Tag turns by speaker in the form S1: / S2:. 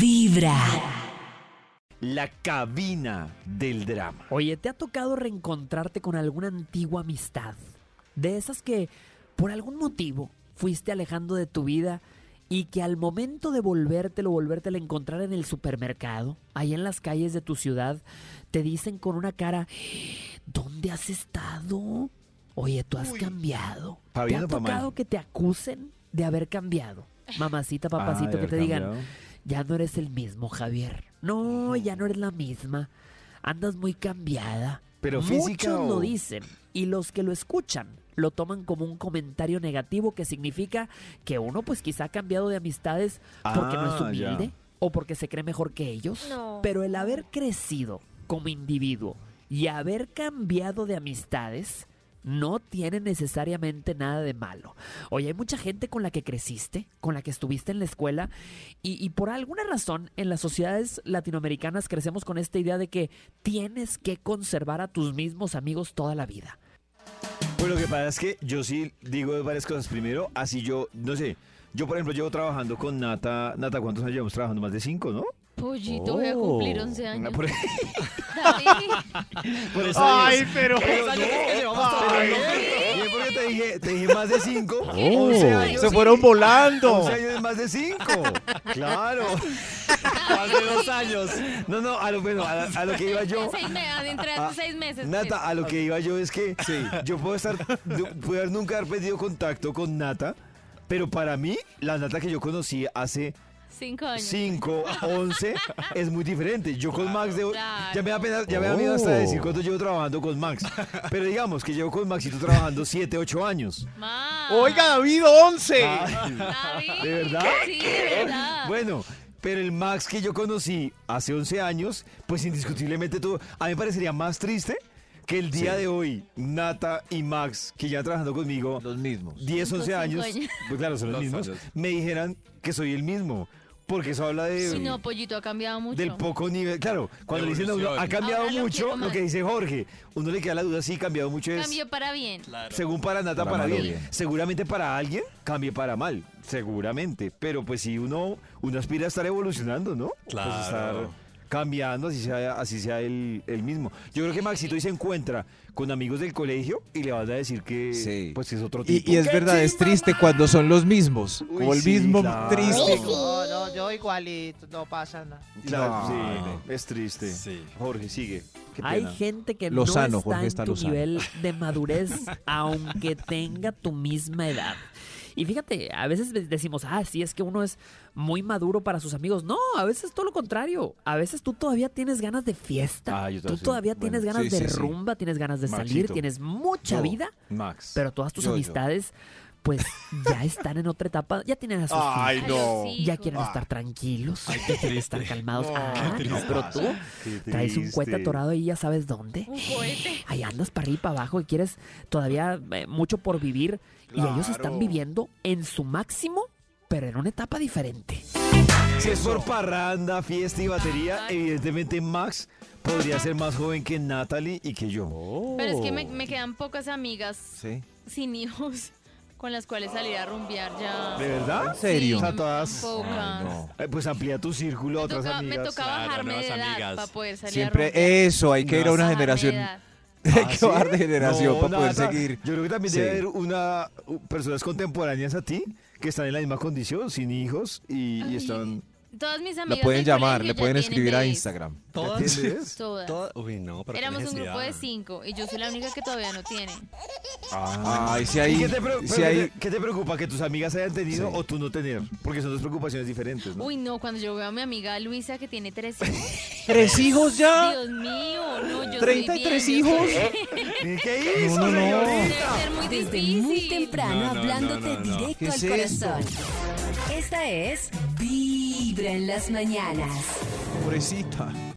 S1: Vibra.
S2: La cabina del drama.
S3: Oye, ¿te ha tocado reencontrarte con alguna antigua amistad? De esas que por algún motivo fuiste alejando de tu vida y que al momento de volvértelo, volvértelo a encontrar en el supermercado, ahí en las calles de tu ciudad, te dicen con una cara, ¿dónde has estado? Oye, tú has cambiado. ¿Te ha
S2: Fabiana Pamán.
S3: tocado que te acusen de haber cambiado? Mamacita,
S2: Ah,
S3: papacito,
S2: de
S3: que
S2: haber
S3: te digan,
S2: cambiado.
S3: ya no eres el mismo, Javier. No, ya no eres la misma. Andas muy cambiada.
S2: ¿Pero física
S3: Muchos lo
S2: o-
S3: dicen y los que lo escuchan lo toman como un comentario negativo que significa que uno pues quizá ha cambiado de amistades porque no es
S2: Ah, ya.
S3: humilde o porque se cree mejor que ellos.
S4: No.
S3: Pero el haber crecido como individuo y haber cambiado de amistades no tiene necesariamente nada de malo. Oye, hay mucha gente con la que creciste, con la que estuviste en la escuela, y, y por alguna razón en las sociedades latinoamericanas crecemos con esta idea de que tienes que conservar a tus mismos amigos toda la vida.
S2: Pues lo que pasa es que yo sí digo varias cosas. Primero, así yo, no sé, yo por ejemplo llevo trabajando con Nata. Nata, ¿cuántos años llevamos trabajando? Más de cinco, ¿no?
S4: Pollito, voy a Oh. cumplir 11 años.
S2: Oh, Por, e-,
S4: David,
S2: por eso digo,
S5: pero.
S2: pero no, bien, porque te dije, te dije más de cinco. 11 años.
S5: Oh. Se fueron volando.
S2: 11 años es más de cinco. Claro.
S5: Más de dos años.
S2: No, no, a lo, bueno, a, a lo que iba yo.
S4: seis meses, adentro de
S2: Ah,
S4: seis meses.
S2: Nata, a lo que iba yo es que yo puedo estar, du- puedo haber nunca haber perdido contacto con Nata, pero para mí, la Nata que yo conocí hace
S4: Cinco años.
S2: 5, 11, es muy diferente. Yo con Max, debo-
S4: Claro.
S2: ya me da pena- ya me da
S5: Oh.
S2: miedo hasta decir cuánto llevo trabajando con Max. Pero digamos que llevo con Maxito trabajando 7, 8 años.
S4: Más.
S5: Oiga, David, 11.
S4: David.
S2: ¿De verdad?
S4: Sí, de verdad.
S2: Eh, Bueno, pero el Max que yo conocí hace 11 años, pues indiscutiblemente tuvo. A mí me parecería más triste que el día de hoy, Nata y Max, que ya trabajando conmigo
S6: Los mismos.
S2: 10, 11
S4: cinco
S2: años,
S4: años.
S2: pues claro, son los,
S6: Los
S2: mismos,
S6: años.
S2: me dijeran que soy el mismo. Porque eso habla de.
S4: Uy, no, Pollito ha cambiado mucho.
S2: Del poco nivel, claro, cuando le dicen a uno, ha
S6: Evolución.
S2: cambiado
S4: Ahora lo
S2: mucho,
S4: quiero
S2: lo,
S4: más.
S2: que dice Jorge, uno le queda la duda, sí, cambiado mucho es,
S4: Cambio para bien.
S2: según para Nata,
S6: Para
S2: para,
S6: malo,
S2: bien.
S6: bien.
S2: Seguramente para alguien, cambie para mal, seguramente, pero pues si uno, uno aspira a estar evolucionando, ¿no? Pues
S6: Claro.
S2: estar cambiando, así sea, así sea el, el mismo. Yo creo que Maxito hoy se encuentra con amigos del colegio y le van a decir que,
S6: Sí.
S2: pues, que es otro tipo.
S6: Y, y es verdad, es triste cuando son los mismos.
S2: Uy,
S6: o el
S2: sí,
S6: mismo
S2: claro.
S6: triste.
S7: No, no, yo igualito, no pasa nada.
S2: Claro,
S6: No,
S2: sí, es triste. Jorge, sigue. Qué
S3: Hay
S2: pena.
S3: gente que no
S6: Lozano,
S3: está
S6: Jorge,
S3: en
S6: está
S3: tu
S6: Lozano.
S3: nivel de madurez, aunque tenga tu misma edad. Y fíjate, a veces de- decimos, ah, sí, es que uno es muy maduro para sus amigos. No, a veces todo lo contrario. A veces tú todavía tienes ganas de fiesta.
S2: Ah, yo
S3: tú
S2: sí.
S3: todavía
S2: Bueno,
S3: tienes ganas
S6: sí,
S3: de
S6: sí, sí.
S3: rumba, tienes ganas de salir,
S2: Maxito.
S3: tienes mucha
S6: Yo.
S3: vida,
S2: Max.
S3: pero todas tus
S6: Yo, yo.
S3: amistades, pues ya están en otra etapa, ya tienen a sus
S5: Ay,
S3: hijos,
S5: no.
S3: ya quieren estar tranquilos, ya quieren estar calmados. Ah, no, pero tú
S2: Qué
S3: traes un cohete
S2: triste.
S3: atorado y ya sabes dónde.
S4: Un cohete.
S3: Ahí andas para arriba y para abajo y quieres todavía eh, mucho por vivir. Y ellos están viviendo en su máximo, pero en una etapa diferente.
S2: Si es por parranda, fiesta y batería, evidentemente Max podría ser más joven que Natalie y que yo.
S6: Oh.
S4: Pero es que me, me quedan pocas amigas
S6: Sí.
S4: sin hijos con las cuales salir a rumbear ya.
S2: ¿De verdad?
S6: ¿En serio?
S2: O sea, todas-
S4: Pocas.
S6: Ay, no.
S2: Eh, pues amplía tu círculo a
S4: me,
S2: otras
S4: toca, me
S2: amigas.
S4: toca
S5: Claro,
S4: bajarme de
S5: nuevas
S4: edad
S5: amigas.
S4: para poder salir a rumbear.
S6: Siempre eso, hay que ir a una
S4: Bajarme de
S6: generación.
S4: edad.
S6: Hay
S2: ¿Ah,
S6: que
S2: sí?
S6: bajar de generación
S2: No,
S6: para poder
S2: Nata,
S6: seguir.
S2: Yo creo que también
S6: Sí.
S2: debe haber una u- personas contemporáneas a ti que están en la misma condición, sin hijos y, y
S4: Ay,
S2: están.
S4: Todas mis amigas.
S6: La pueden
S4: del
S6: llamar,
S4: colegio
S6: le
S4: ya
S6: pueden
S4: tienen
S6: escribir a
S4: bebés.
S6: Instagram.
S5: Todas.
S2: ¿Entiendes?
S4: Todas.
S5: todas- Uy, no, pero. qué
S4: Éramos un grupo de
S5: necesidad.
S4: cinco y yo soy la única que todavía no tiene.
S6: Ay, si
S2: Ah, ¿Y
S6: hay.
S2: qué te, pre-
S6: Si
S2: pero
S6: hay
S2: qué te- qué te preocupa? ¿Que tus amigas hayan tenido
S6: Sí.
S2: o tú no tener? Porque son dos preocupaciones diferentes, ¿no?
S4: Uy, no, cuando yo veo a mi amiga Luisa que tiene tres hijos.
S6: tres hijos ya.
S4: Dios mío, no, yo soy
S6: ¿Treinta y
S4: bien,
S6: tres
S4: yo
S6: hijos?
S4: soy-
S2: ¿Qué hizo,
S6: No, no, no.
S2: señorita?
S4: Debe ser muy
S1: Desde muy
S4: difícil.
S1: temprano
S5: No, no,
S1: hablándote
S5: no, no, no.
S1: directo
S6: ¿Qué
S1: al
S6: es
S1: corazón. Esta es Vibra en las mañanas.
S6: Pobrecita.